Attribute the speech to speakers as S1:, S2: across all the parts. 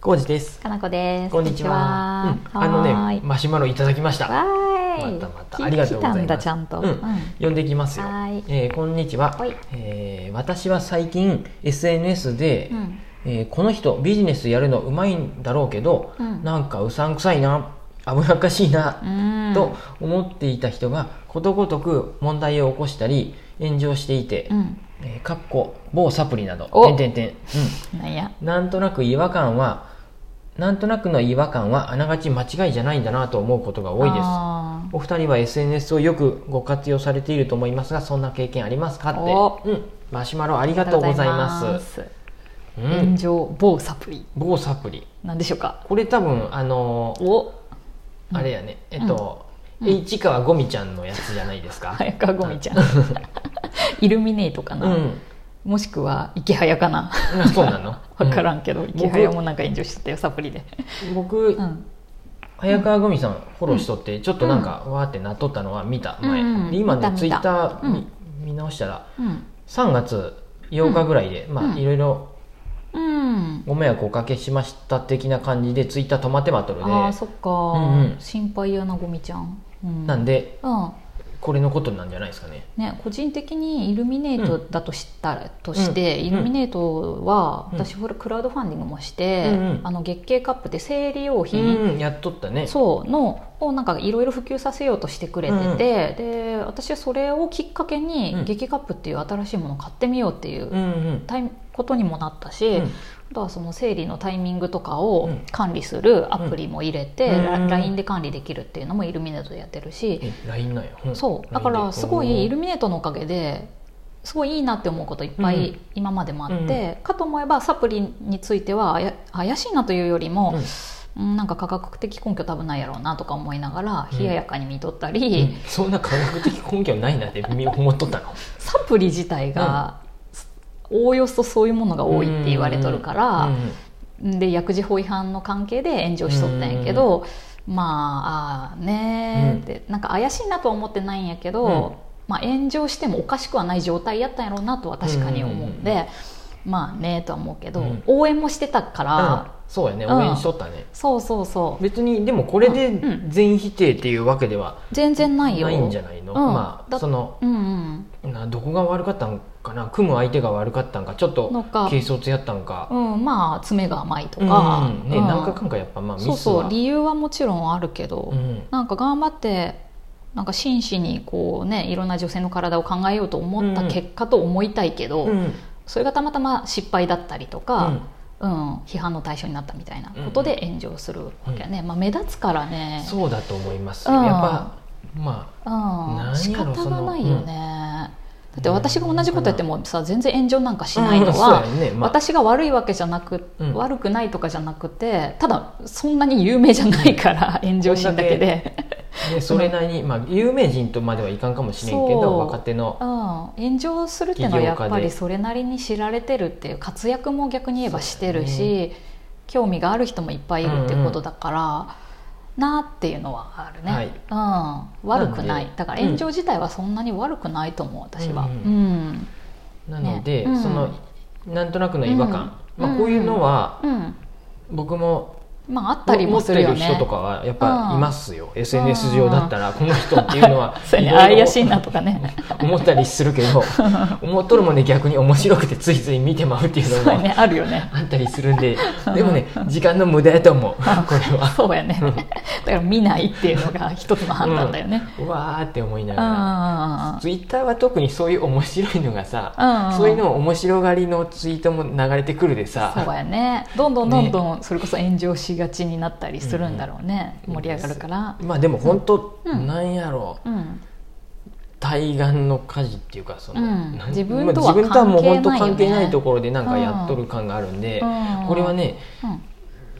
S1: コウジです。
S2: かなこです。
S1: こんにちは。うん
S2: こん
S1: あ
S2: に
S1: の
S2: ちは
S1: ね、マシュマロいただきました。
S2: わーい。
S1: またまた
S2: き
S1: ありがとうございます
S2: 来たんだちゃんと。
S1: うん呼んできますよ。
S2: はい
S1: えーこんにちは
S2: はい。
S1: えー私は最近 SNS で、
S2: うん
S1: えーこの人ビジネスやるのうまいんだろうけど、
S2: うん
S1: なんかうさんくさいな、危なっかしいな、
S2: うん。
S1: と思っていた人がことごとく問題を起こしたり炎上していて
S2: う、ん。
S1: えーかっこ某サプリなど
S2: お
S1: 点点点、
S2: なんや。
S1: うん、なんとなく違和感はなんとなくの違和感はあながち間違いじゃないんだなと思うことが多いです
S2: あ
S1: お二人は SNS をよくご活用されていると思いますがそんな経験ありますか
S2: お
S1: って、うん、マシュマロあり
S2: ー。あ
S1: がとうございます
S2: りがとうございます。
S1: う
S2: 炎
S1: ん、
S2: 上某サプリ
S1: 某サプリ
S2: なんでしょうか。
S1: これ多分あのー
S2: お。
S1: あれやねえっと、市川ゴミちゃんのやつじゃないですか、
S2: 早川ゴミちゃん。イルミネートか
S1: う
S2: な。
S1: ん
S2: もしくは池早かな。
S1: あそうなの
S2: わから
S1: うん
S2: けど池早もなんか炎上してたよサプリで。
S1: ん僕、
S2: うん。
S1: 早川久美さんフォローしとって、ちょっとなんかわーってなっとったのは見た前、
S2: うんうん
S1: で今
S2: 見た
S1: ね
S2: 見た
S1: ツイッター見,、直したら3月8日ぐらいで、ま
S2: う
S1: あ
S2: ん
S1: いろいろ
S2: うん。うん。
S1: ご迷惑おかけしました的な感じでツイッター止まってまっとるで
S2: ああそっか、
S1: うんうん
S2: 心配やなゴミちゃん、うん、
S1: なんで
S2: うん
S1: これのことなんじゃないですかね
S2: ね、個人的にイルミネートだとしたら、として、
S1: うん
S2: イルミネートは、
S1: うん
S2: 私これクラウドファンディングもして、
S1: うんうん
S2: あの月経カップで生理用
S1: う
S2: 品、
S1: んやっとったね
S2: そうのをなんかいろいろ普及させようとしてくれてて、
S1: うんうん
S2: で私はそれをきっかけに、
S1: うん
S2: 月経カップっていう新しいものを買ってみようっていう、
S1: うんうん
S2: タイミことにもなったし、
S1: うん
S2: あとはその生理のタイミングとか
S1: う
S2: を
S1: ん
S2: 管理するアプリも入れて、
S1: うん
S2: ラ LINE で管理できるっていうのもイルミネートでやってるし、
S1: え LINE なんや、うん
S2: そうだ
S1: LINE
S2: か
S1: で
S2: らすごいイル
S1: おー
S2: ミネートのおかげですごいいいなって思うこといっぱ
S1: う
S2: い
S1: ん
S2: 今までもあって、かと思えばサプリについてはあや怪しいなというよりも、うんなんか科学的根拠多分ないやろうなとか思いながら
S1: うん
S2: 冷ややかに見とった
S1: うん
S2: り、
S1: うんそんな科学的根拠ないなってみ思っとったの
S2: サプリ自体が、おおよそそういうものが多いって言われとるから。
S1: うんうんうん
S2: で薬事法違反の関係で炎上しとったんやけど、まああーねーって、なんか怪しいなとは思ってないんやけど、
S1: うん
S2: まあ、炎上してもおかしくはない状態やったんやろうなとは確かに思うんで、
S1: うん
S2: まあねーとは思うけど、
S1: うん
S2: 応援もしてたから、
S1: うんそうやね
S2: うん
S1: 応援しとったね、
S2: そうそうそう
S1: 別にでもこれで
S2: うん
S1: 全否定っていうわけでは
S2: 全然ないよ
S1: ないんじゃないの、
S2: うん
S1: ま
S2: だ
S1: あその
S2: うん
S1: などこが悪かったんかな組む相手が悪かったんかちょっと
S2: のか
S1: 軽率やったんか
S2: うん、うん、まあ爪が甘いとか、
S1: うんね
S2: うん
S1: 何回かんかやっぱまあミス
S2: そ
S1: は
S2: うそう理由はもちろんあるけど、
S1: うん
S2: なんか頑張ってなんか真摯にこうねいろんな女性の体を考えようと思った結果と思いたいけど、
S1: うん
S2: それがたまたま失敗だったりと
S1: う
S2: か
S1: ん、
S2: うん批判の対象になったみたいなことで炎上するわけやね、まあ、目立つからね、
S1: そうだと思います、
S2: うん
S1: やっぱまあな
S2: う
S1: んやろ
S2: ん、仕方
S1: そ
S2: が
S1: の
S2: ないよね、
S1: うん
S2: だって私が同じことやってもさ全然炎上なんかしないの
S1: うん
S2: は
S1: そう、やねまあ
S2: 私が悪いわけじゃなく、
S1: うん
S2: 悪くないとかじゃなくてただそんなに有名じゃないから炎上しただけで。
S1: でそれなりに、まあ、有名人とまではいかんかもしれんけ
S2: そう
S1: ど若手の
S2: うん、炎上するっていうのはやっぱりそれなりに知られてるっていう活躍も逆に言えばしてる
S1: そう
S2: し、興味がある人もいっぱいいるっていうことだから、なっていうのはあるね、うん、悪くない
S1: なんで
S2: だから炎上自体はそんなに悪くないと思う私は、う
S1: うんなので、
S2: ねうん
S1: そのなんとなくの違和感、
S2: うん
S1: まあ、こういうのは
S2: うん
S1: 僕も
S2: まああったり
S1: 持
S2: も
S1: っ
S2: す
S1: て
S2: るよ
S1: る
S2: ね
S1: 人とかはやっぱいますよ、SNS
S2: う
S1: 上
S2: ん
S1: だったらこの人っていうの は
S2: そうやね
S1: いろいろ
S2: 怪しいなとかね
S1: 思ったりするけ ど思っとるもんね逆に面白くてついつい見てまうっていう
S2: そ
S1: の
S2: うや
S1: も
S2: ねあるよね
S1: あったりするんででもね時間の無駄やと思うこれは
S2: そうやねだから見ないっていうのが一つの判断だよね、
S1: うわーって思いな
S2: う
S1: が
S2: んう
S1: ら
S2: んうん
S1: ツイッターは特にそういう面白いのが
S2: うん
S1: さ
S2: うん
S1: そういうの面白がりのツイートも流れてくるで
S2: そ
S1: さ
S2: うやねどんどんどんどんそれこそ炎上しがちになったりするんだろうね、
S1: うん
S2: 盛り上がるから
S1: まあでも本当
S2: うん
S1: なんやろう
S2: うん
S1: 対岸の火事っていうかその
S2: うん
S1: なん
S2: 自分と
S1: ま
S2: は
S1: あ自分とはもう本当
S2: 関係ないよ
S1: 関
S2: ね
S1: 係ないところでなんかやっとる感があるんで
S2: うん
S1: これはね
S2: うん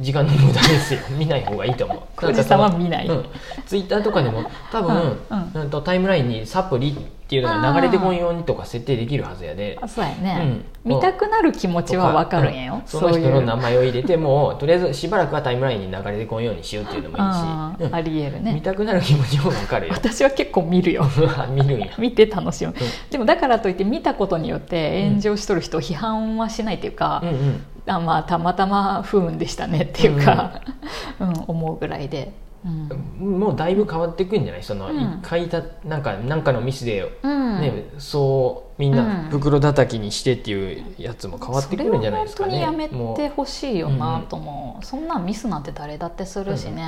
S1: 時間の無駄ですよ 見ない方がいいと思う
S2: 小路さんは見ない
S1: うん、ツイッターとかでも多
S2: うん
S1: 分、
S2: うん
S1: なんとタイムラインにサプリっていうのが流れてこんようにとか設定できるはずやで
S2: あそうやね、
S1: うん
S2: 見たくなる気持ちは分かるんやよ、
S1: とかうんその人
S2: い
S1: の
S2: う
S1: 名前を入れてもとりあえずしばらくはタイムラインに流れてこんようにしようっていうのもいい
S2: あ
S1: し、うん
S2: ありえる
S1: 見
S2: ね
S1: たくなる気持ちもわかるよ
S2: 私は結構見るよ
S1: 見るんや
S2: 見て楽しむ、
S1: ん
S2: でもだからといって見たことによって炎上しとる人を批判はしないというか、
S1: うんうん
S2: あまあたまたま不運でしたねっていうか、うん思うぐらいで、うん
S1: もうだいぶ変わっていくんじゃないその
S2: うん
S1: 一回た、なんかなんかのミスで、
S2: うん
S1: ね、そうみんな
S2: うん
S1: 袋叩きにしてっていうやつも変わってくるんじゃないですかね。
S2: それは本当にや
S1: も
S2: め
S1: う
S2: てほしいよなと思う、そんなミスなんて誰だってするしね、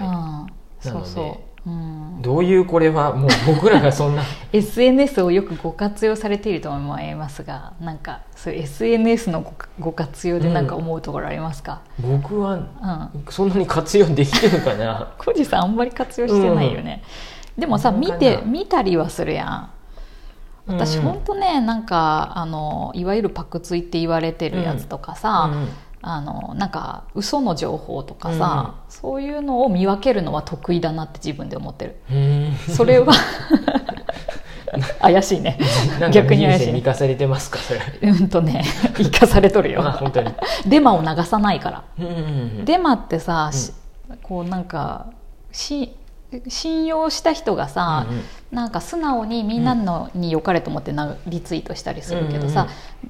S2: うん
S1: はな
S2: そ
S1: の
S2: う
S1: で
S2: そう、うん
S1: い、どういうこれはもう僕らがそんな
S2: SNS をよくご活用されていると思いますがなんかそういう SNS のごご活用でなんか思うところありますか、
S1: 僕は
S2: うん
S1: そんなに活用できてるかな
S2: コジさんあんまり活用してないよね、でもさ
S1: どう
S2: 見
S1: かな
S2: て見たりはするやん私
S1: うん
S2: ほんとねなんかあのいわゆるパクついって言われてるやつとかさ、
S1: うん
S2: あのなんか嘘の情報とかさ、そういうのを見分けるのは得意だなって自分で 思ってる
S1: うん
S2: そ れは怪しいね
S1: なんか
S2: 逆に
S1: 人
S2: 怪
S1: 生
S2: しい
S1: に
S2: ね
S1: 生かされてますかそれ
S2: うん とね生かされとるよ
S1: あ本当に
S2: デマを流さないから
S1: うん
S2: デマってさ、しこうなんかし信用した人がさ、
S1: うんうん
S2: なんか素直にみんなのに良かれと思ってなリツイートしたりするけどさ、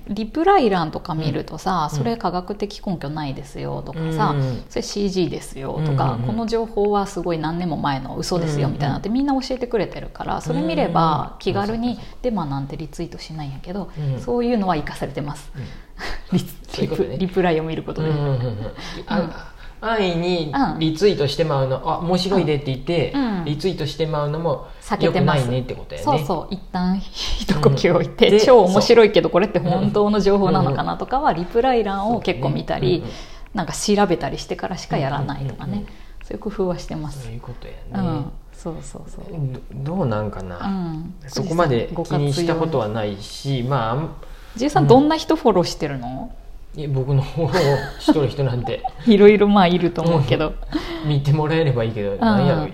S2: リプライ欄とか見るとさ、
S1: うん
S2: それ科学的根拠ないですよとかさ、
S1: うんうん
S2: それ CG ですよとか、
S1: うんうんうん
S2: この情報はすごい何年も前の嘘ですよみたいなのってみんな教えてくれてるからそれ見れば気軽にデマなんてリツイートしないんやけど、
S1: うん
S2: そういうのは生かされてます、 リツ
S1: そういうことね
S2: リプライを見ること
S1: うん
S2: で。
S1: うんうんうんあ安易に
S2: うん
S1: リツイートしてまうのあ面白いでって言って、
S2: うん
S1: リツイートしてまうのも
S2: 避け
S1: 良
S2: て
S1: く
S2: ま
S1: な
S2: す
S1: いねってことやね
S2: そうそう一旦一呼吸置いて、
S1: で
S2: 超面白いけどこれって本当の情報なのかなとかはリプライ欄を結構見たり、
S1: うんうんうん
S2: なんか調べたりしてからしかやらないとかね、
S1: うんうんうん
S2: そういう工夫はしてま
S1: そ
S2: す、
S1: ういうことや
S2: う
S1: ね
S2: ん、そうそうそう、う
S1: どどうなんかな、
S2: ん、
S1: そこまで
S2: ご
S1: 気
S2: 活用
S1: にしたことはないしまああん
S2: じいさんどんな人フォローしてるの、
S1: いや僕の方をしとる人なん て
S2: いろいろまあいると思うけど、
S1: 見てもらえればいいけど、なんやろ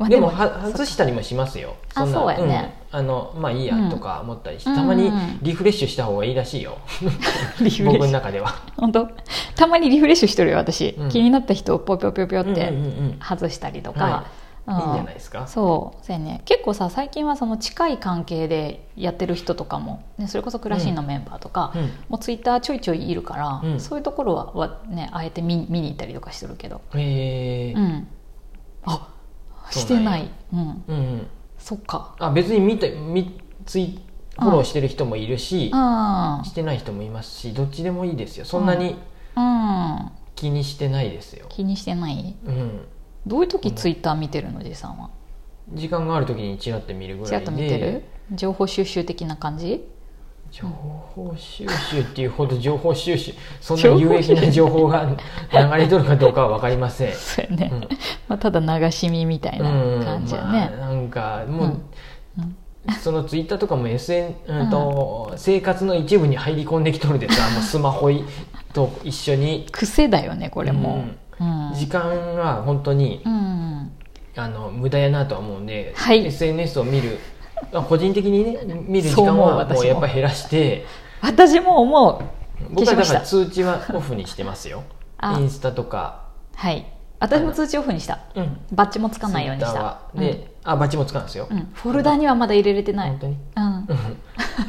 S2: まあ
S1: でもは外したりもしますよ
S2: あ
S1: んな
S2: そうやね
S1: うんあのまあいいやとか思ったりして、
S2: うん
S1: たまに
S2: うんうん
S1: リフレッシュした方がいいらしいよ
S2: リフレッシュ
S1: 僕の中では、
S2: 本当たまにリフレッシュしてるよ私、
S1: うん
S2: 気になった人をぽよぽよぽよぽよっ
S1: うんうん
S2: て
S1: うん
S2: 外したりと
S1: は
S2: か、う
S1: いいんじゃないですか
S2: そうそうやね結構さ最近はその近い関係でやってる人とかも、ね、それこそクラシーンのメンバーとか、
S1: うん
S2: もうツイッターちょいちょいいるから、
S1: うん
S2: そういうところははねあえて見見に行ったりとかしてるけど、
S1: へえ
S2: うん、あし
S1: そう
S2: て
S1: な
S2: なん
S1: や
S2: い、うん、
S1: うんうん
S2: そっか
S1: あ別に見てみツイフォローしてる人もいるし、
S2: うん
S1: してない人もいますしどっちでもいいですよそんなに
S2: うん
S1: 気にしてないですよ、
S2: 気にしてない
S1: うん、
S2: どういう時ツイッター見てるのじいさんは
S1: 時間がある時にちらっと見るぐ
S2: ち
S1: ら
S2: ら
S1: い
S2: っ
S1: で
S2: と見てる情報収集的な感じ
S1: 情報収集っていうほど情報収集そんな有益な情報が流れとるかどうかは分かりません
S2: そうやね、
S1: うん
S2: まあ、ただ流し見みたいな
S1: うん
S2: 感じや
S1: まあ
S2: ね、
S1: なんかもう、
S2: うんうん
S1: そのツイッターとかも SN、うんと生活の一部に入り込んできとるで さもうスマホいと一緒に
S2: 癖だよねこれもうん、
S1: 時間が本当に
S2: うん
S1: あの無駄やなとは思うんで、
S2: はい
S1: SNS を見るあ個人的にね見る時
S2: そう
S1: 間
S2: 思う
S1: は
S2: 私
S1: も
S2: も
S1: うやっぱ減らして
S2: 私も思う
S1: 僕はだから
S2: 消し
S1: 通知はオフにしてますよ
S2: あ
S1: インスタとか
S2: はい私も通知オフにした
S1: うん
S2: バッジもつかないようにし
S1: Twitter
S2: た
S1: はで、あバッチもつかんですよ、
S2: うんうん、フォルダにはまだ入れれてない、
S1: 本当に
S2: うん、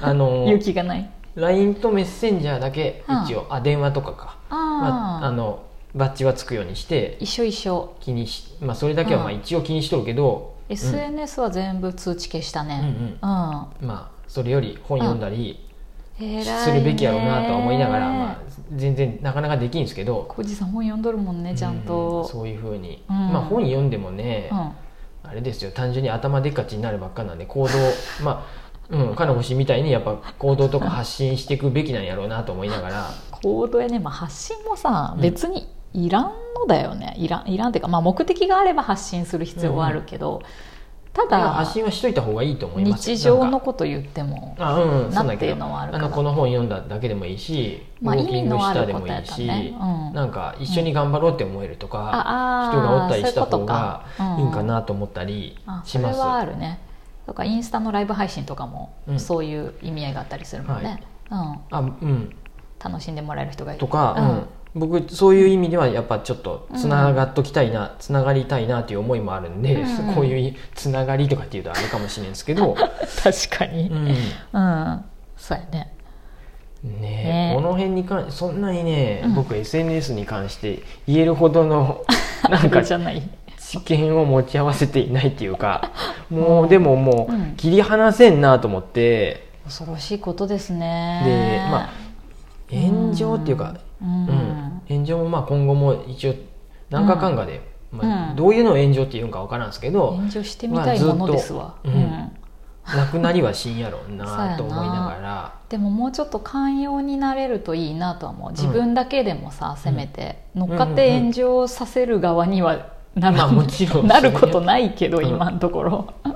S1: あの
S2: 勇気がない、
S1: LINE とメッセンジャーだけ
S2: うん
S1: 一応、あ電話とかか
S2: あー
S1: まあ、あのバッチはつくようにして
S2: 一緒一緒
S1: 気にし、まあ、それだけはまあ
S2: うん
S1: 一応気にしとるけど、
S2: SNS は全部通知消したねうん、
S1: まあそれより本読んだり
S2: 偉いね
S1: するべきやろうなとは思いながら、まあ、全然なかなかできんですけど
S2: 浩二さん本読んどるもんねちゃん
S1: うん
S2: と、
S1: そういうふうに、
S2: うん
S1: まあ本読んでもね、
S2: うん
S1: あれですよ単純に頭でっかちになるばっかなんで行動まあうんかの星みたいにやっぱ行動とか発信していくべきなんやろうなと思い ながら
S2: 行動やね、まあ、発信もさ、
S1: うん
S2: 別にいらんのだよねいらんいらんっていうか、まあ、目的があれば発信する必要はあるけど、た
S1: だから
S2: だ
S1: 発信はしといた方がいいと思いますよ
S2: 日常
S1: な
S2: の
S1: んか
S2: こと言っても
S1: あうんうんそう
S2: な
S1: だ
S2: って
S1: け
S2: いう
S1: ど
S2: のはある
S1: あ
S2: から
S1: のこの本読んだだけでもいいし、
S2: まあ
S1: ウォーキングしたでも
S2: 意味のあ
S1: いい
S2: ること
S1: し、
S2: やったねうん
S1: なんか一緒に頑張ろうって思えるとか、
S2: ああー
S1: 人がおったりした
S2: そうい
S1: 方
S2: うことか
S1: がいいんかなと思ったり
S2: あ
S1: し
S2: それ
S1: ます。
S2: はあるねとかインスタのライブ配信とかも
S1: うん
S2: そういう意味合いがあったりするもんね、うん、
S1: あうん
S2: 楽しんでもらえる人がいる
S1: と か、うん僕そういう意味ではやっぱちょっとつながっときたいな、つながりたいなという思いもあるんで、
S2: うん
S1: こういうつながりとかっていうとあれかもしれないんですけど、
S2: 確かに
S1: うん
S2: うん、そうやね
S1: ね
S2: ね
S1: えこの辺に関そんなにね、
S2: うん
S1: 僕 SNS に関して言えるほど のなん
S2: あ
S1: か
S2: れじゃない
S1: 知見を持ち合わせていないっていう かもうでもも
S2: うん
S1: う切り離せんなと思って、
S2: 恐ろしいことですね
S1: でま
S2: あ
S1: 炎上っていうか、
S2: うん、
S1: うん炎上もまあ今後も一応何かかんかで、
S2: ん
S1: ま
S2: う
S1: あ、
S2: ん
S1: どういうのを炎上っていうんか分からんすけど、
S2: 炎上してみたいものですわ、
S1: まあずっとうんなくなりはしんやろうなと思いなが ら
S2: でももうちょっと寛容になれるといいなとは思う自分だけでもさ、せめて乗っかって炎上させる側にはなら
S1: まあもちろん
S2: なることないけど、
S1: うん
S2: 今のところ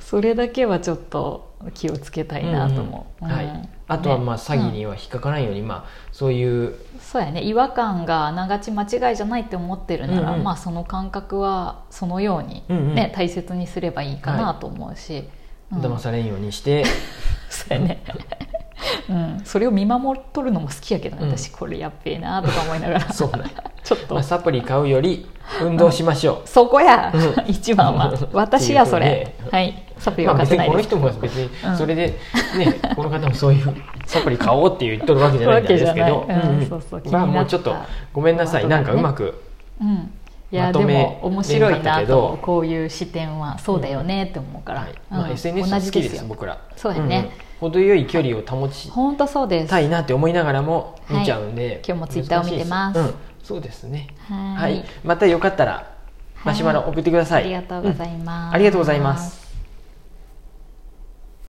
S2: それだけはちょっと気をつけたいなと思う、
S1: うんうんは
S2: う
S1: い
S2: ん、
S1: あとは
S2: ね
S1: まあ詐欺には引っかからないように、まあ、そういう
S2: そうやね違和感があながち間違いじゃないって思ってるなら、
S1: うんうん
S2: まあ、その感覚はそのように、
S1: うんうん
S2: ね大切にすればいいかなと思うし、うん
S1: 騙されんようにして、
S2: そうやね、うん、それを見守っとるのも好きやけどね、
S1: うん
S2: 私これやっべえなとか思いながら
S1: そうね
S2: ちょっと、
S1: まあ、サプリ買うより運動しましょ
S2: そこや、
S1: う
S2: 一番は私やそれ
S1: っていうね
S2: はいサプ
S1: う、
S2: リ
S1: ま
S2: は
S1: あ、
S2: 買っ
S1: 別
S2: て
S1: に
S2: ない
S1: この
S2: です、
S1: 人も別に
S2: うん
S1: それで、 ねこの方もそういうサプリ買おうって言っとるわけじゃないんですけど
S2: わけじゃないうん
S1: うんうん
S2: そうそう気にな
S1: ま
S2: った
S1: あもうちょっとごめんなさいなんかうまく、
S2: うんいや
S1: ま
S2: で
S1: とめ
S2: も面白い
S1: れんかった
S2: な
S1: け
S2: と
S1: ど
S2: 思うこういう視点はそうだよねって思うから、
S1: はいまあ、
S2: うん
S1: SNS 好きです僕ら
S2: そうやね
S1: んん程よい距離を保ち
S2: 本当そうです
S1: たいなって思いながらも
S2: はい
S1: 見ちゃうんで、
S2: 今日も Twitter を見てます
S1: 難しいですうん、そうですね
S2: は
S1: はい、またよかったらマシュマロ送ってくださ
S2: あ
S1: い、
S2: りがとうございます、
S1: うんありがとうございます